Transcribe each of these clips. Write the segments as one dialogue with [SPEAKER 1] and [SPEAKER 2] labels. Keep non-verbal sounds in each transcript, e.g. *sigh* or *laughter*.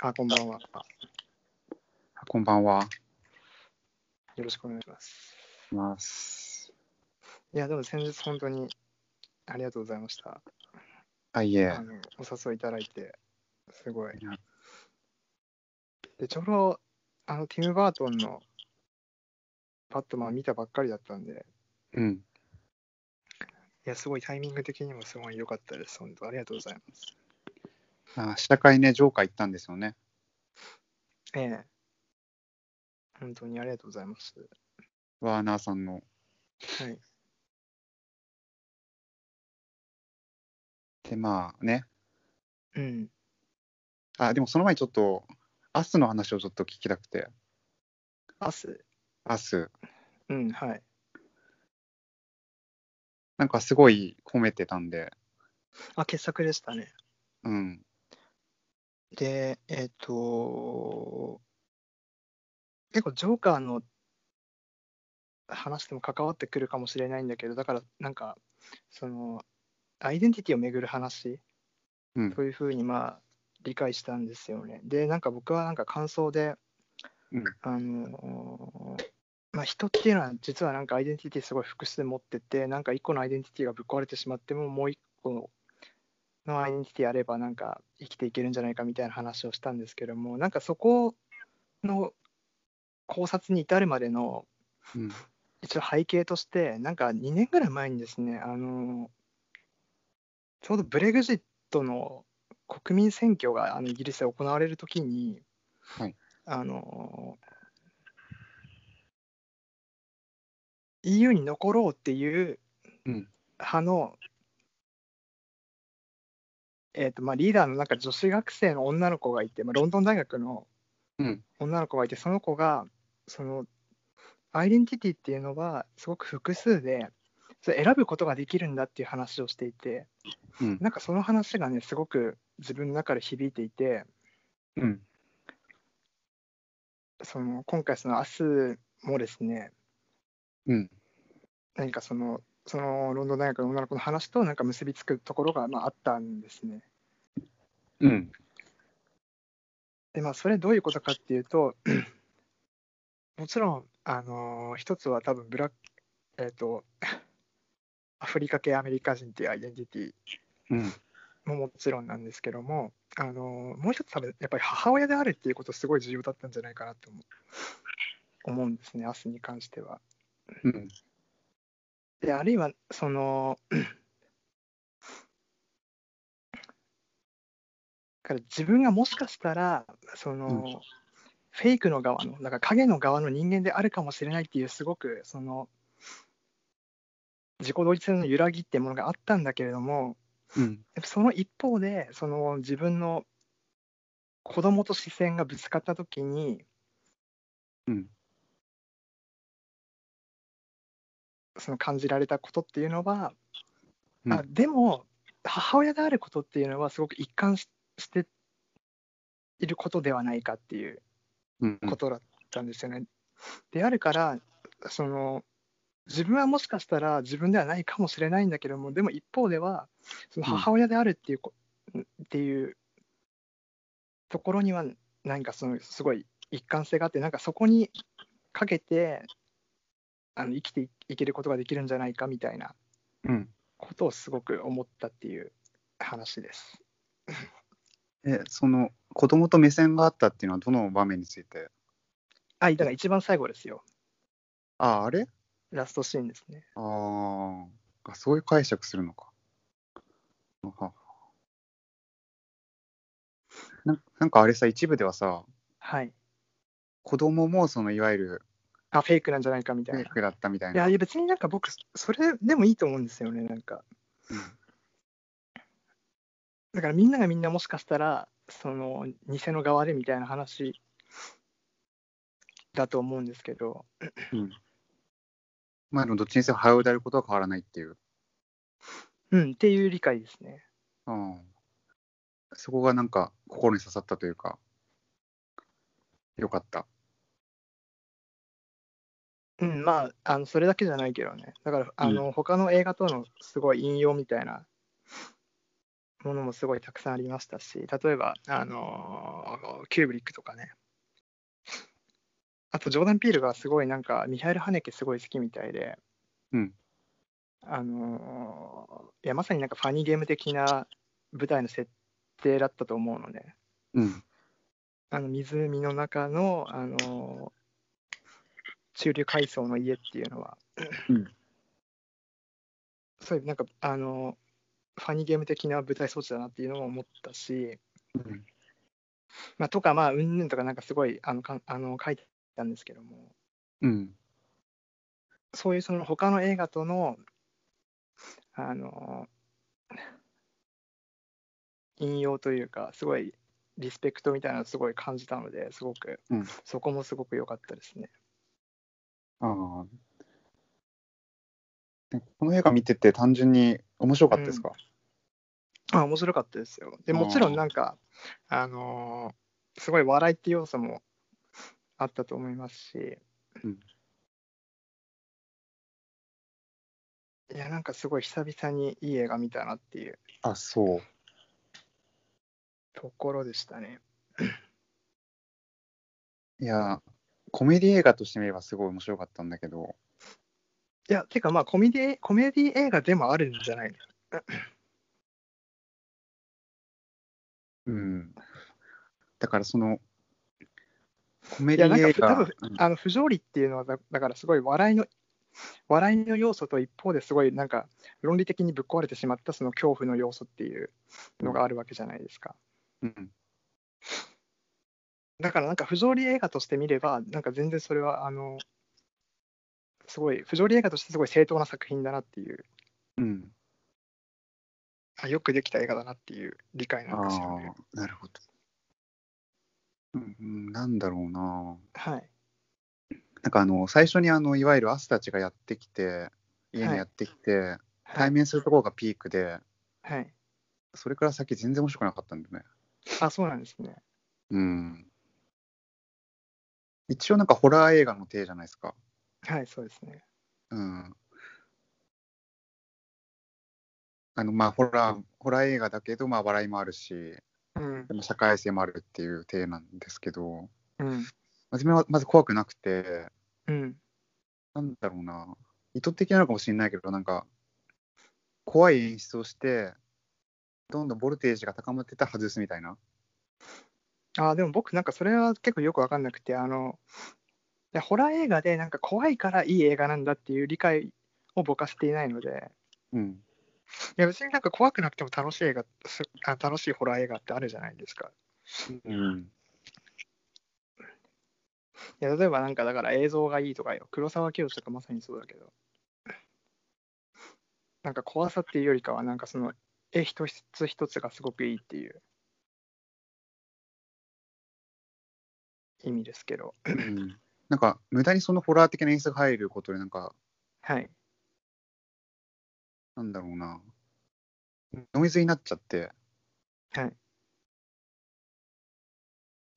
[SPEAKER 1] あ、こんばんは。
[SPEAKER 2] こんばんは。
[SPEAKER 1] よろしくお願いします。
[SPEAKER 2] います。
[SPEAKER 1] いや、でも先日本当にありがとうございました。
[SPEAKER 2] あ、いえ
[SPEAKER 1] あ。のお誘いいただいて、すごい
[SPEAKER 2] いや。
[SPEAKER 1] で、ちょうど、あの、ティム・バートンのバットマン見たばっかりだったんで、
[SPEAKER 2] うん。
[SPEAKER 1] いや、すごいタイミング的にもすごい良かったです。本当、ありがとうございます。
[SPEAKER 2] あ、下会ね、ジョーカー行ったんですよね。
[SPEAKER 1] ええ本当にありがとうございます。
[SPEAKER 2] ワーナーさんの。
[SPEAKER 1] はい。
[SPEAKER 2] で、まあね。
[SPEAKER 1] うん。
[SPEAKER 2] あ、でもその前にちょっと、アスの話をちょっと聞きたくて。
[SPEAKER 1] 明日、
[SPEAKER 2] アス。
[SPEAKER 1] うん、はい。
[SPEAKER 2] なんかすごい褒めてたんで。
[SPEAKER 1] あ、傑作でしたね。
[SPEAKER 2] うん。
[SPEAKER 1] で、えっ、と、結構ジョーカーの話でも関わってくるかもしれないんだけど、だからなんか、その、アイデンティティをめぐる話
[SPEAKER 2] うん
[SPEAKER 1] というふうにまあ理解したんですよね。で、なんか僕はなんか感想で、
[SPEAKER 2] うん
[SPEAKER 1] あのーまあ、人っていうのは実はなんかアイデンティティすごい複数持ってて、なんか一個のアイデンティティがぶっ壊れてしまっても、もう一個ののアイデンティティあればなんか生きていけるんじゃないかみたいな話をしたんですけどもなんかそこの考察に至るまでの
[SPEAKER 2] うん。
[SPEAKER 1] 一応背景としてなんか2年ぐらい前にですねあのちょうどブレグジットの国民選挙があのイギリスで行われるときに、
[SPEAKER 2] はい
[SPEAKER 1] あの EU に残ろうっていう
[SPEAKER 2] うん
[SPEAKER 1] 派の、えーとまあ、リーダーのなんか女子学生の女の子がいて、まあ、ロンドン大学の
[SPEAKER 2] うん
[SPEAKER 1] 女の子がいて、その子がそのアイデンティティっていうのはすごく複数でそれ選ぶことができるんだっていう話をしていて
[SPEAKER 2] うん。
[SPEAKER 1] なんかその話がねすごく自分の中で響いていて
[SPEAKER 2] うん。
[SPEAKER 1] その今回その明日もですね
[SPEAKER 2] うん。
[SPEAKER 1] 何かそのそのロンドン大学の女の子の話となんか結びつくところがまああったんですね。
[SPEAKER 2] うん。
[SPEAKER 1] でまあそれどういうことかっていうと *clears throat* もちろんあのー一つは多分ブラックえっ、と *laughs* アフリカ系アメリカ人っていうアイデンティティ
[SPEAKER 2] うん。
[SPEAKER 1] ももちろんなんですけども、あのもう一つ多分やっぱり母親であるっていうことすごい重要だったんじゃないかなと思う思うんですね、明日に関しては。
[SPEAKER 2] うん。
[SPEAKER 1] であるいはその *clears throat* から自分がもしかしたらその、
[SPEAKER 2] うん
[SPEAKER 1] フェイクの側のなんか影の側の人間であるかもしれないっていうすごくその自己同一性の揺らぎってものがあったんだけれども、
[SPEAKER 2] うん。
[SPEAKER 1] やっぱその一方でその自分の子供と視線がぶつかった時に、
[SPEAKER 2] うん
[SPEAKER 1] その感じられたことっていうのは、
[SPEAKER 2] うん
[SPEAKER 1] あでも母親であることっていうのはすごく一貫ししていることではないかっていう
[SPEAKER 2] うん。
[SPEAKER 1] ことだったんですよね。であるからその自分はもしかしたら自分ではないかもしれないんだけどもでも一方ではその
[SPEAKER 2] うん
[SPEAKER 1] 母親であるっていうこ、っていうところには何かそのすごい一貫性があってなんかそこにかけてあの生きていいけることができるんじゃないかみたいな
[SPEAKER 2] うん。
[SPEAKER 1] ことをすごく思ったっていう話です。
[SPEAKER 2] え、その、子供と目線があったっていうのはどの場面について
[SPEAKER 1] あだから一番最後ですよ
[SPEAKER 2] あ、あれ
[SPEAKER 1] ラストシーンですね。
[SPEAKER 2] あーあ、そういう解釈するのか。あはなんなんかあれさ、一部ではさ、
[SPEAKER 1] はい、
[SPEAKER 2] 子供もそのいわゆる
[SPEAKER 1] あフェイクなんじゃないかみたい
[SPEAKER 2] フ
[SPEAKER 1] な。
[SPEAKER 2] ェイクだったみたい
[SPEAKER 1] いや、
[SPEAKER 2] な。
[SPEAKER 1] いや別になんか僕、それでもいいと思うんですよね、なんか。だからみんながみんなもしかしたら、その、偽の側でみたいな話だと思うんですけど、
[SPEAKER 2] まあでもどっちにせよ、早うであることは変わらないっていう。
[SPEAKER 1] うん、っていう理解ですね。
[SPEAKER 2] うん、そこがなんか心に刺さったというか、よかった。
[SPEAKER 1] うん、まあ、あのそれだけじゃないけどね。だから、あの、他の映画とのすごい引用みたいなものもすごいたくさんありましたし、例えば、あのーキューブリックとかね。あと、ジョーダン・ピールがすごいなんか、ミハエル・ハネケすごい好きみたいで、
[SPEAKER 2] うん
[SPEAKER 1] あのーいや、まさになんかファニーゲーム的な舞台の設定だったと思うのね。
[SPEAKER 2] うん。
[SPEAKER 1] あの湖の中の、あのー中流階層の家っていうのは、
[SPEAKER 2] うん
[SPEAKER 1] そういうなんか、あのーファニーゲーム的な舞台装置だなっていうのも思ったし、
[SPEAKER 2] うん
[SPEAKER 1] まあ、とか、まあ、うんぬんとかなんかすごいあのかあの書いてたんですけども、
[SPEAKER 2] うん。
[SPEAKER 1] そういうその他の映画との、あの引用というか、すごいリスペクトみたいなのをすごい感じたので、すごく、
[SPEAKER 2] うん
[SPEAKER 1] そこもすごく良かったですね。
[SPEAKER 2] ああ。でこの映画見てて単純に面白かったですか、
[SPEAKER 1] あ面白かったですよ。でもちろんなんか、あのすごい笑いって要素もあったと思いますし、
[SPEAKER 2] うん
[SPEAKER 1] いや、なんかすごい久々にいい映画見たなっていう
[SPEAKER 2] あ、そう。
[SPEAKER 1] ところでしたね。
[SPEAKER 2] いや、コメディ映画として見ればすごい面白かったんだけど、
[SPEAKER 1] いや、てかまあコメディ、コメディ映画でもあるんじゃない
[SPEAKER 2] うん。だからその、コメ
[SPEAKER 1] い
[SPEAKER 2] デ
[SPEAKER 1] や、な
[SPEAKER 2] ィ
[SPEAKER 1] んか
[SPEAKER 2] 映
[SPEAKER 1] ふ多
[SPEAKER 2] 画
[SPEAKER 1] 分、あの不条理っていうのはだ、だからすごい笑いの、笑いの要素と一方ですごいなんか論理的にぶっ壊れてしまったその恐怖の要素っていうのがあるわけじゃないですか。
[SPEAKER 2] うんうん
[SPEAKER 1] だからなんか不条理映画として見れば、なんか全然それは、あの、すごい、不条理映画としてすごい正当な作品だなっていう、
[SPEAKER 2] うん。
[SPEAKER 1] あよくできた映画だなっていう理解なんですよね。
[SPEAKER 2] ああ、なるほど。うんうん、なんだろうな。
[SPEAKER 1] はい。
[SPEAKER 2] なんかあの、最初にあの、いわゆるアスたちがやってきて、家
[SPEAKER 1] はい
[SPEAKER 2] にやってきて、
[SPEAKER 1] は
[SPEAKER 2] 対
[SPEAKER 1] い。
[SPEAKER 2] 面するところがピークで、
[SPEAKER 1] はい、
[SPEAKER 2] それから先全然面白くなかったんだよね。
[SPEAKER 1] あ、そうなんですね。
[SPEAKER 2] うん。一応なんかホラー映画の体じゃないですか。
[SPEAKER 1] はい、そうですね。
[SPEAKER 2] うん。あの、まあ、ホラー、ホラー映画だけど、まあ、笑いもあるし、
[SPEAKER 1] うん
[SPEAKER 2] で。も社会性もあるっていう体なんですけど、
[SPEAKER 1] うん。
[SPEAKER 2] 初めはまず怖くなくて、
[SPEAKER 1] うん。
[SPEAKER 2] なんだろうな、意図的なのかもしれないけど、なんか、怖い演出をして、どんどんボルテージが高まってたら外すみたいな。
[SPEAKER 1] あーでも僕なんかそれは結構よく分かんなくてあのいやホラー映画でなんか怖いからいい映画なんだっていう理解をぼかしていないので
[SPEAKER 2] うん。
[SPEAKER 1] いや別になんか怖くなくても楽しい映画すあ楽しいホラー映画ってあるじゃないですか
[SPEAKER 2] うん。
[SPEAKER 1] いや例えばなんかだから映像がいいとかよ黒沢清とかまさにそうだけどなんか怖さっていうよりかはなんかその絵一つ一つがすごくいいっていう意味ですけど
[SPEAKER 2] うんなんか、無駄にそのホラー的な演出が入ることで、なんか、
[SPEAKER 1] はい
[SPEAKER 2] なんだろうな、ノイズになっちゃって、
[SPEAKER 1] はい
[SPEAKER 2] なん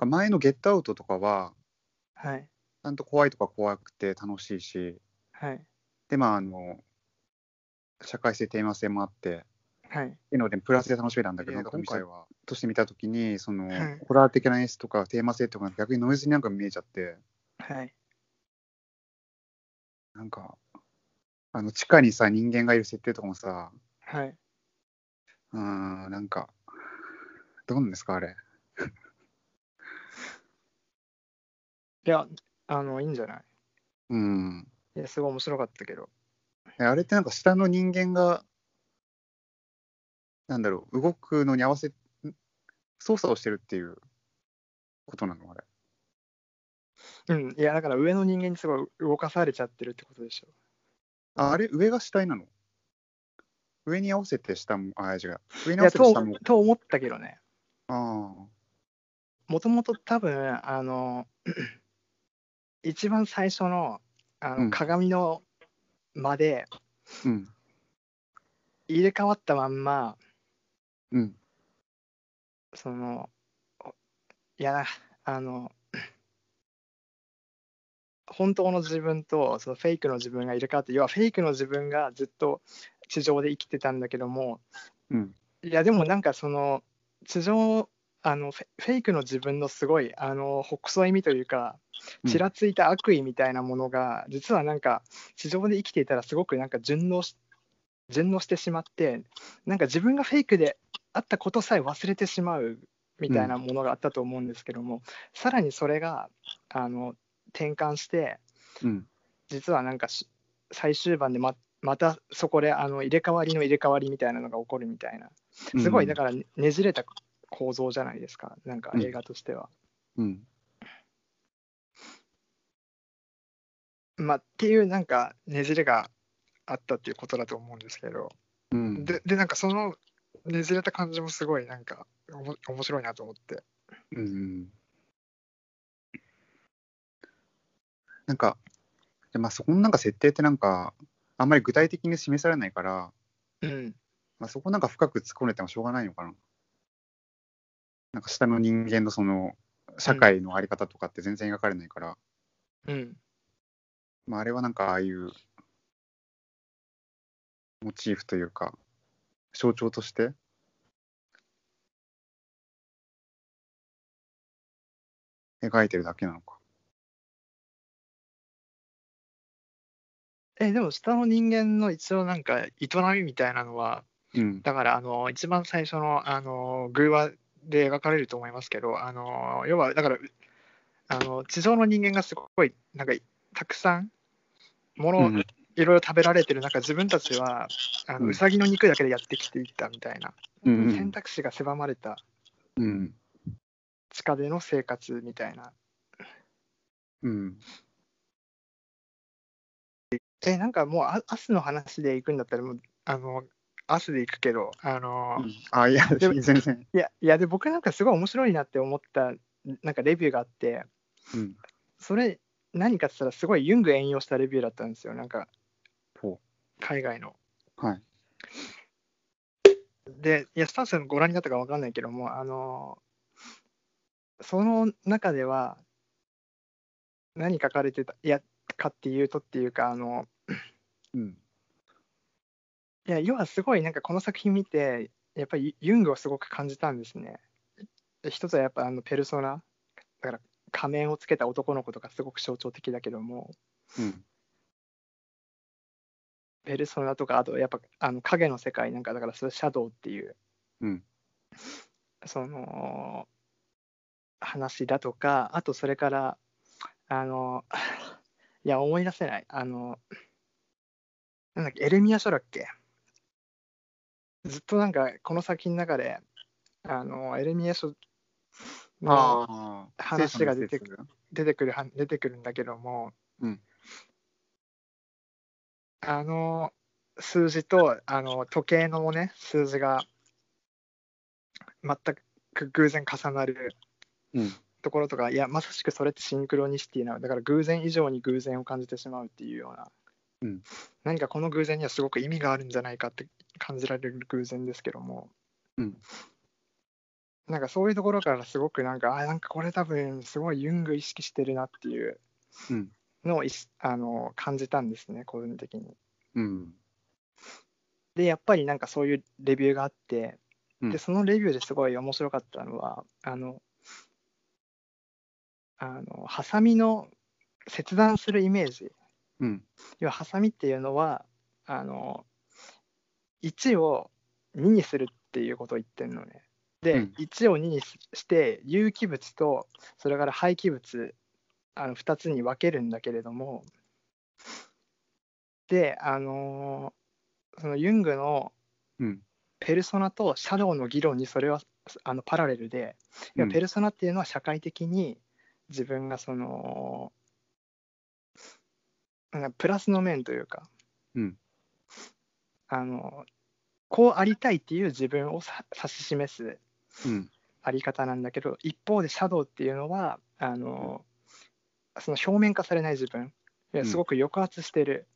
[SPEAKER 2] か前のゲットアウトとかは、
[SPEAKER 1] はい
[SPEAKER 2] ちゃんと怖いとか怖くて楽しいし、
[SPEAKER 1] はい
[SPEAKER 2] で、まあ、あの、社会性、テーマ性もあって、
[SPEAKER 1] はい
[SPEAKER 2] っていうので、プラスで楽しめたんだけど、
[SPEAKER 1] えー
[SPEAKER 2] なんか今回は、として見たときに、その、
[SPEAKER 1] はい
[SPEAKER 2] ホラー的な演出とか、テーマ性とか、逆にノイズになんか見えちゃって、
[SPEAKER 1] はい。
[SPEAKER 2] なんか、あの、地下にさ、人間がいる設定とかもさ、
[SPEAKER 1] はい。
[SPEAKER 2] うーん、なんか、どうなんですか、あれ。
[SPEAKER 1] いや、あの、いいんじゃない
[SPEAKER 2] うん。
[SPEAKER 1] いや、すごい面白かったけど。
[SPEAKER 2] えあれってなんか下の人間が、なんだろう、動くのに合わせ、ん操作をしてるっていうことなのあれ。
[SPEAKER 1] うん。いや、だから上の人間にすごい動かされちゃってるってことでしょ。
[SPEAKER 2] ああれ、上が死体なの上に合わせて下も、あ、違う。上
[SPEAKER 1] い
[SPEAKER 2] に合わ
[SPEAKER 1] や、
[SPEAKER 2] せて
[SPEAKER 1] と
[SPEAKER 2] 下も。
[SPEAKER 1] と思ったけどね。
[SPEAKER 2] ああ。
[SPEAKER 1] もともと多分、あの、 *clears throat* 一番最初のあ
[SPEAKER 2] う
[SPEAKER 1] の
[SPEAKER 2] ん
[SPEAKER 1] 鏡の間で
[SPEAKER 2] うん。
[SPEAKER 1] 入れ替わったまんま、
[SPEAKER 2] うん。
[SPEAKER 1] その、いや、あの、本当の自分とそのフェイクの自分が入れ替わって、要はフェイクの自分がずっと地上で生きてたんだけども、
[SPEAKER 2] うん。
[SPEAKER 1] いやでもなんかその地上あのフェフェイクの自分のすごいあのほくそ笑みというか
[SPEAKER 2] うん
[SPEAKER 1] ちらついた悪意みたいなものが、実はなんか地上で生きていたらすごくなんか順応し順応してしまってなんか自分がフェイクであったことさえ忘れてしまうみたいなものがあったと思うんですけども、さらにそれがあの転換して
[SPEAKER 2] うん。
[SPEAKER 1] 実はなんかし最終盤でままたそこであの入れ替わりの入れ替わりみたいなのが起こるみたいなすごいだからねねじれた構造じゃないですかなんか映画としては。
[SPEAKER 2] ら。うん。
[SPEAKER 1] まあ、っていうなんかねじれがあったっていうことだと思うんですけど、
[SPEAKER 2] うん。
[SPEAKER 1] ででなんかそのねじれた感じもすごいなんかおも面白いなと思って
[SPEAKER 2] うんうん。なんか、でまあ、そこのなんか設定ってなんか、あんまり具体的に示されないから、
[SPEAKER 1] うん
[SPEAKER 2] まあ、そこなんか深く突っ込んでてもしょうがないのかな。なんか下の人間のその、社会のあり方とかって全然描かれないから、
[SPEAKER 1] うん
[SPEAKER 2] まあ、あれはなんかああいう、モチーフというか、象徴として、描いてるだけなのか。
[SPEAKER 1] えでも下の人間の一応なんか営みみたいなのは
[SPEAKER 2] うん。
[SPEAKER 1] だからあの一番最初のあの偶話で描かれると思いますけどあの要はだからあの地上の人間がすごいなんかたくさんものを
[SPEAKER 2] うん
[SPEAKER 1] いろいろ食べられてる中自分たちはあ
[SPEAKER 2] う
[SPEAKER 1] の
[SPEAKER 2] ん
[SPEAKER 1] うさぎの肉だけでやってきていったみたいな、
[SPEAKER 2] うん
[SPEAKER 1] 選択肢が狭まれた
[SPEAKER 2] うん。
[SPEAKER 1] 地下での生活みたいな
[SPEAKER 2] うん。
[SPEAKER 1] えなんかもうあ明日の話で行くんだったらもうあの明日で行くけどあの、
[SPEAKER 2] あ、いや、
[SPEAKER 1] でも
[SPEAKER 2] 全然。
[SPEAKER 1] いやいやで僕なんかすごい面白いなって思ったなんかレビューがあって、
[SPEAKER 2] うん。
[SPEAKER 1] それ何かって言ったらすごいユング援用したレビューだったんですよなんか
[SPEAKER 2] ほ
[SPEAKER 1] 海外の。
[SPEAKER 2] う。はい。
[SPEAKER 1] でいやスタンさんご覧になったか分かんないけどもあのその中では何書かれてたいやかっていうとっていうかあの
[SPEAKER 2] うん。
[SPEAKER 1] いや要はすごいなんかこの作品見てやっぱりユングをすごく感じたんですね。一つはやっぱあのペルソナだから仮面をつけた男の子とかすごく象徴的だけども、
[SPEAKER 2] うん。
[SPEAKER 1] ペルソナとかあとやっぱあの影の世界なんかだからそれシャドウっていう、
[SPEAKER 2] うん
[SPEAKER 1] その話だとかあとそれからあのいや思い出せないあのなんだっけエレミア書だっけずっとなんかこの先の中であのエレミア書の
[SPEAKER 2] ああ。
[SPEAKER 1] 話が出て
[SPEAKER 2] くる。
[SPEAKER 1] 出てくるは出てくるんだけども、
[SPEAKER 2] うん
[SPEAKER 1] あの数字とあの時計のね数字が全く偶然重なる
[SPEAKER 2] うん。
[SPEAKER 1] ところとかいやまさしくそれってシンクロニシティなのだから偶然以上に偶然を感じてしまうっていうような、
[SPEAKER 2] うん
[SPEAKER 1] 何かこの偶然にはすごく意味があるんじゃないかって感じられる偶然ですけども、
[SPEAKER 2] うん
[SPEAKER 1] なんかそういうところからすごくなんかあなんかこれ多分すごいユング意識してるなっていう
[SPEAKER 2] うん
[SPEAKER 1] のをいしあの感じたんですね個人的に。
[SPEAKER 2] うん。
[SPEAKER 1] でやっぱりなんかそういうレビューがあって、
[SPEAKER 2] うん
[SPEAKER 1] でそのレビューですごい面白かったのはあのあのハサミの切断するイメージ
[SPEAKER 2] うん。
[SPEAKER 1] 要はハサミっていうのはあの1を2にするっていうことを言ってるのね。で、
[SPEAKER 2] うん
[SPEAKER 1] 1を2にしして有機物とそれから廃棄物あの2つに分けるんだけれどもであのーそのユングの
[SPEAKER 2] うん。
[SPEAKER 1] ペルソナとシャドウの議論にそれはあのパラレルで、いや
[SPEAKER 2] うん
[SPEAKER 1] ペルソナっていうのは社会的に自分がそのなんかプラスの面というか、
[SPEAKER 2] うん
[SPEAKER 1] あのこうありたいっていう自分をさ指し示す
[SPEAKER 2] うん。
[SPEAKER 1] あり方なんだけど一方でシャドウっていうのはあの、その表面化されない自分いや
[SPEAKER 2] うん
[SPEAKER 1] すごく抑圧してる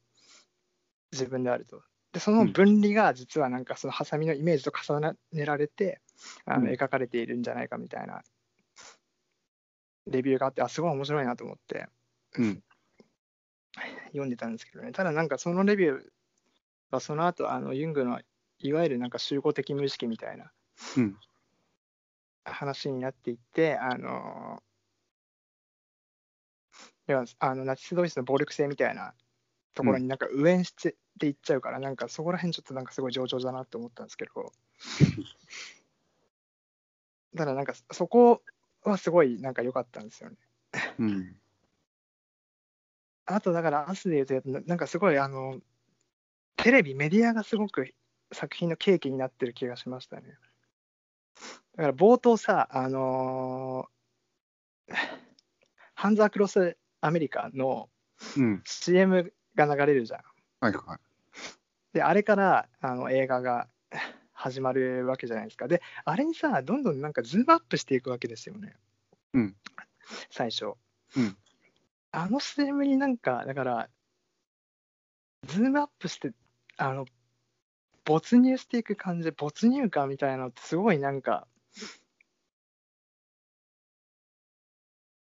[SPEAKER 1] 自分であると。でその分離が実はなんかそのハサミのイメージと重ねられてあの
[SPEAKER 2] うん
[SPEAKER 1] 描かれているんじゃないかみたいなレビューがあってあすごい面白いなと思って
[SPEAKER 2] うん。
[SPEAKER 1] 読んでたんですけどねただなんかそのレビューはその後あのユングのいわゆるなんか集合的無意識みたいな
[SPEAKER 2] うん
[SPEAKER 1] 話になっていって、あの要はあのナチス・ドイツの暴力性みたいなところになんか右縁してっていっちゃうから、なんかそこら辺ちょっとなんかすごい上々だなって思ったんですけ
[SPEAKER 2] *laughs*
[SPEAKER 1] どただなんかそこはすごいなんか良かったんですよね。
[SPEAKER 2] うん
[SPEAKER 1] あとだから、明日で言うと、ななんかすごい、あの、テレビ、メディアがすごく作品の契機になってる気がしましたね。だから冒頭さ、あのーハンズ・アクロス・アメリカの
[SPEAKER 2] うん。
[SPEAKER 1] CM が流れるじゃん。
[SPEAKER 2] はいはい。
[SPEAKER 1] で、あれからあの映画が始まるわけじゃないですか。で、あれにさ、どんどんなんかズームアップしていくわけですよね。
[SPEAKER 2] うん。
[SPEAKER 1] 最初。
[SPEAKER 2] うん。
[SPEAKER 1] あの CM になんか、だから、ズームアップして、あの、没入していく感じ、没入感みたいなのってすごいなんか、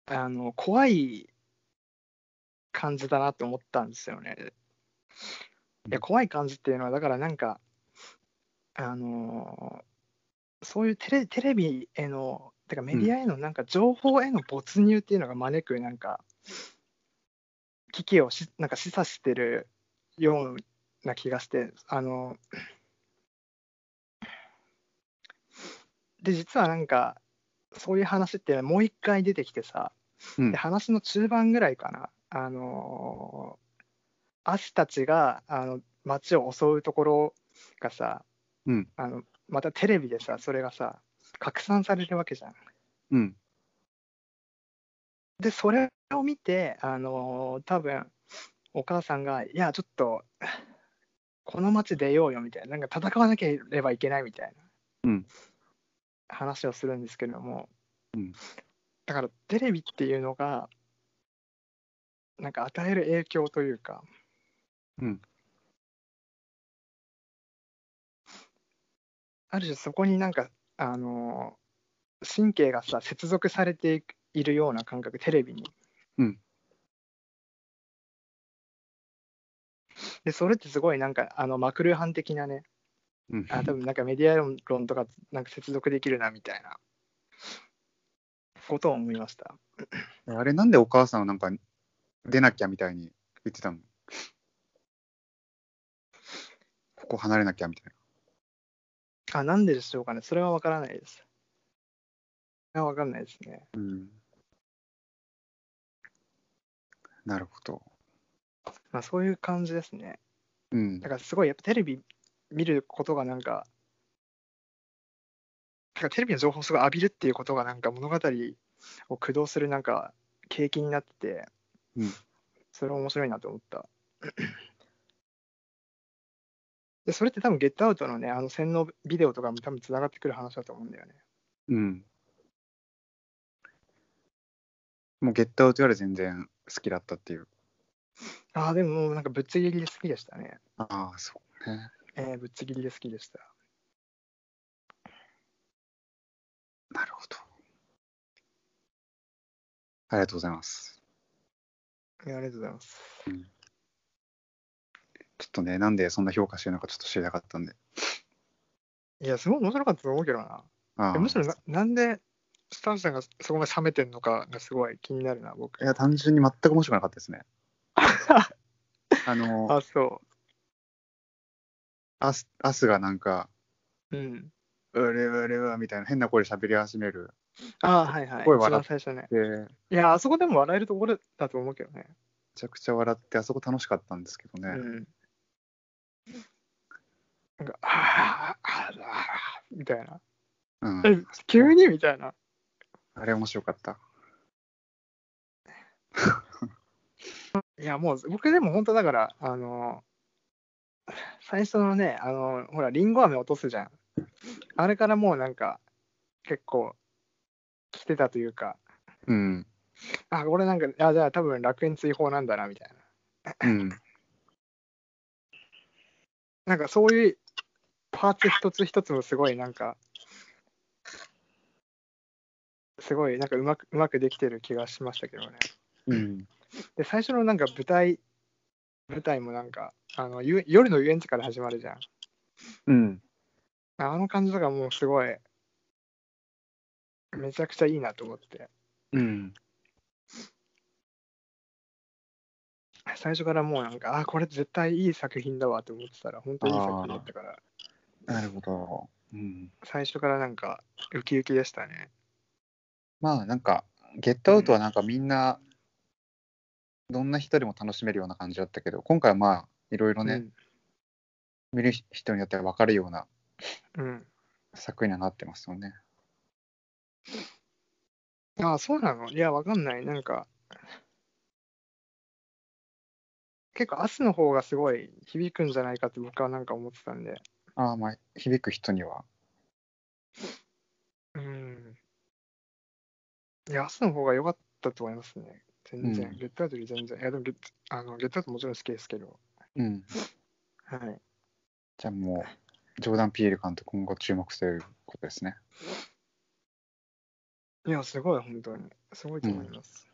[SPEAKER 1] あの、怖い感じだなと思ったんですよね。いや怖い感じっていうのはだからなんかあのーそういうテレテレビへのてかメディアへのなんか情報への没入っていうのが招くなんか危機をしなんか示唆してるような気がしてあので実はなんかそういう話ってもう一回出てきてさ、
[SPEAKER 2] うん
[SPEAKER 1] で。話の中盤ぐらいかな、あのーアスたちがあの街を襲うところがさ、
[SPEAKER 2] うん
[SPEAKER 1] あのまたテレビでさそれがさ拡散されるわけじゃん。
[SPEAKER 2] うん。
[SPEAKER 1] でそれを見て、あのー多分お母さんが「いやちょっとこの街出ようよ」みたいななんか戦わなければいけないみたいな、
[SPEAKER 2] うん
[SPEAKER 1] 話をするんですけども、
[SPEAKER 2] うん
[SPEAKER 1] だからテレビっていうのがなんか与える影響というか、
[SPEAKER 2] うん
[SPEAKER 1] ある種そこになんか、あのー神経がさ接続されていくいるような感覚テレビに。でそれってすごいなんかあのマクルーハン的なね
[SPEAKER 2] うん。
[SPEAKER 1] あ多分なんかメディア論とかなんか接続できるなみたいなことを思いました
[SPEAKER 2] あれなんでお母さんはなんか出なきゃみたいに言ってたのここ離れなきゃみたい
[SPEAKER 1] あなんででしょうかねそれは分からないですそれは分かんないですね
[SPEAKER 2] な。うん。なるほど。
[SPEAKER 1] まあそういう感じですね
[SPEAKER 2] うん
[SPEAKER 1] だ。からすごいやっぱテレビ見ることがなんかだからテレビの情報をすごい浴びるっていうことがなんか物語を駆動するなんか景気になってて、
[SPEAKER 2] うん
[SPEAKER 1] それ面白いなと思った。 *clears throat* でそれって多分ゲットアウトのねあの洗脳ビデオとかも多分つながってくる話だと思うんだよね。
[SPEAKER 2] うん。もうゲットアウトより全然好きだったっていう。
[SPEAKER 1] ああでももうなんかぶっちぎりで好きでしたね。
[SPEAKER 2] ああ、そうね。
[SPEAKER 1] えーぶっちぎりで好きでした。
[SPEAKER 2] なるほど。ありがとうございます。
[SPEAKER 1] いやありがとうございます。
[SPEAKER 2] ちょっとね、なんでそんな評価してるのかちょっと知りたかったんで。
[SPEAKER 1] いやすごい面白かったと思うけどな。
[SPEAKER 2] ああ
[SPEAKER 1] むしろななんでスタンさんがそこまで冷めてるのかがすごい気になるな、僕
[SPEAKER 2] い。や、単純に全く面白くなかった *laughs* ですね。あの、
[SPEAKER 1] あ、そ
[SPEAKER 2] アスアスがなんか、
[SPEAKER 1] う。うん。
[SPEAKER 2] うれうれうれみたいな変な声で喋り始める。
[SPEAKER 1] あーはいはい。
[SPEAKER 2] すごい笑っ
[SPEAKER 1] 一番最初ね。
[SPEAKER 2] で、め
[SPEAKER 1] いや、あそこでも笑えるところだと思うけどね。
[SPEAKER 2] ちゃくちゃ笑って、あそこ楽しかったんですけど
[SPEAKER 1] う
[SPEAKER 2] ね。
[SPEAKER 1] ん。なんか、あーあー、あーみたいな。
[SPEAKER 2] うん。
[SPEAKER 1] え、急にみたいな。
[SPEAKER 2] あれ面白かった。
[SPEAKER 1] いや、もう僕でも本当だから、あの、最初のね、あの、ほら、リンゴ飴落とすじゃん。あれからもうなんか、結構、来てたというか、
[SPEAKER 2] うん。
[SPEAKER 1] あ、これなんか、あ、じゃあ多分楽園追放なんだな、みたいな。
[SPEAKER 2] うん。
[SPEAKER 1] なんかそういうパーツ一つ一つもすごいなんか、すごいなんかうまくうまくできてる気がしましたけどね。
[SPEAKER 2] うん。
[SPEAKER 1] で、最初のなんか舞台、舞台もなんか、あのゆ夜の遊園地から始まるじゃん。
[SPEAKER 2] うん。
[SPEAKER 1] あの感じとかもうすごい、めちゃくちゃいいなと思って、
[SPEAKER 2] うん。
[SPEAKER 1] 最初からもうなんか、あ、これ絶対いい作品だわと思ってたら、本当にいい作品だったから、
[SPEAKER 2] なるほど。うん。
[SPEAKER 1] 最初からなんか、ウキウキでしたね。
[SPEAKER 2] まあなんか、ゲットアウトはなんかみんな、どんな人でも楽しめるような感じだったけど、今回はまあ、いろいろね、見る人によっては分かるような
[SPEAKER 1] うん。
[SPEAKER 2] 作品にはなってますよね。
[SPEAKER 1] うん、あ、そうなのいや、わかんない。なんか、結構、明日の方がすごい響くんじゃないかって僕はなんか思ってたんで、
[SPEAKER 2] ああ、まあ、響く人には。
[SPEAKER 1] うん。いや、明日の方が良かったと思いますね。全然。
[SPEAKER 2] うん
[SPEAKER 1] ゲットアウトより全然。いや、でもゲット、あのゲットアウトもちろん好きですけど。
[SPEAKER 2] うん。
[SPEAKER 1] はい。
[SPEAKER 2] じゃあもう、ジョーダン・ピエール監督、今後注目することですね。
[SPEAKER 1] いや、すごい、本当に。すごいと思います。